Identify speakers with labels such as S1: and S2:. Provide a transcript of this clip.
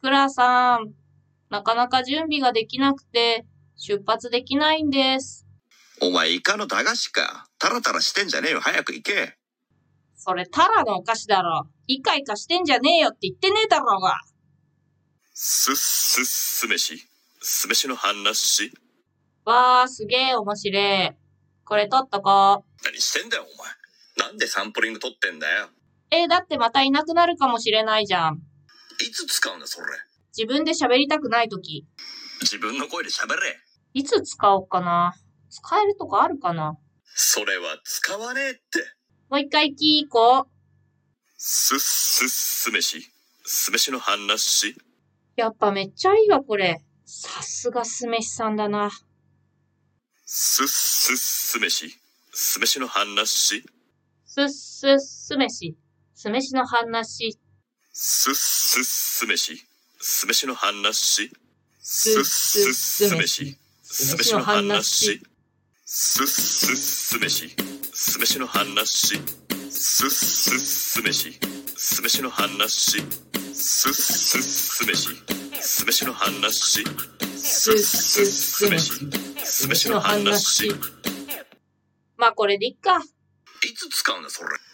S1: くらさん、なかなか準備ができなくて、出発できないんです。
S2: お前イカの駄菓子か。タラタラしてんじゃねえよ。早く行け。
S1: それタラのお菓子だろ。イカイカしてんじゃねえよって言ってねえだろうが。
S3: す、す、酢飯。酢飯の話
S1: わー、すげえ面白え。これ取っとこう。
S3: 何してんだよ、お前。
S2: なんでサンプリング取ってんだよ。
S1: えーだってまたいなくなるかもしれないじゃん。
S2: いつ使うんだ、それ。
S1: 自分で喋りたくないとき。
S2: 自分の声で喋れ。
S1: いつ使おうかな。使えるとこあるかな。
S2: それは使わねえって。
S1: もう一回聞こう。
S3: す、す、酢飯。酢飯の話
S1: やっぱめっちゃいいわ、これ。さすが酢飯さんだな。
S3: す、す、酢飯。酢飯の話
S1: すっすっ酢飯。酢飯の話。
S3: す、す、酢飯。酢飯の話
S1: す
S3: す、
S1: す
S3: す、
S1: 酢
S3: 酢
S1: 飯
S3: 飯。
S1: 酢
S3: 酢
S1: 飯
S3: 飯
S1: の
S3: の
S1: 話
S3: 話す、す、酢飯。酢飯の話す、す、酢飯。酢飯の話す、す、酢飯。酢飯の話す、す、酢飯。酢飯の話
S1: まあこれでいっか。
S2: いつ使うんだ、それ。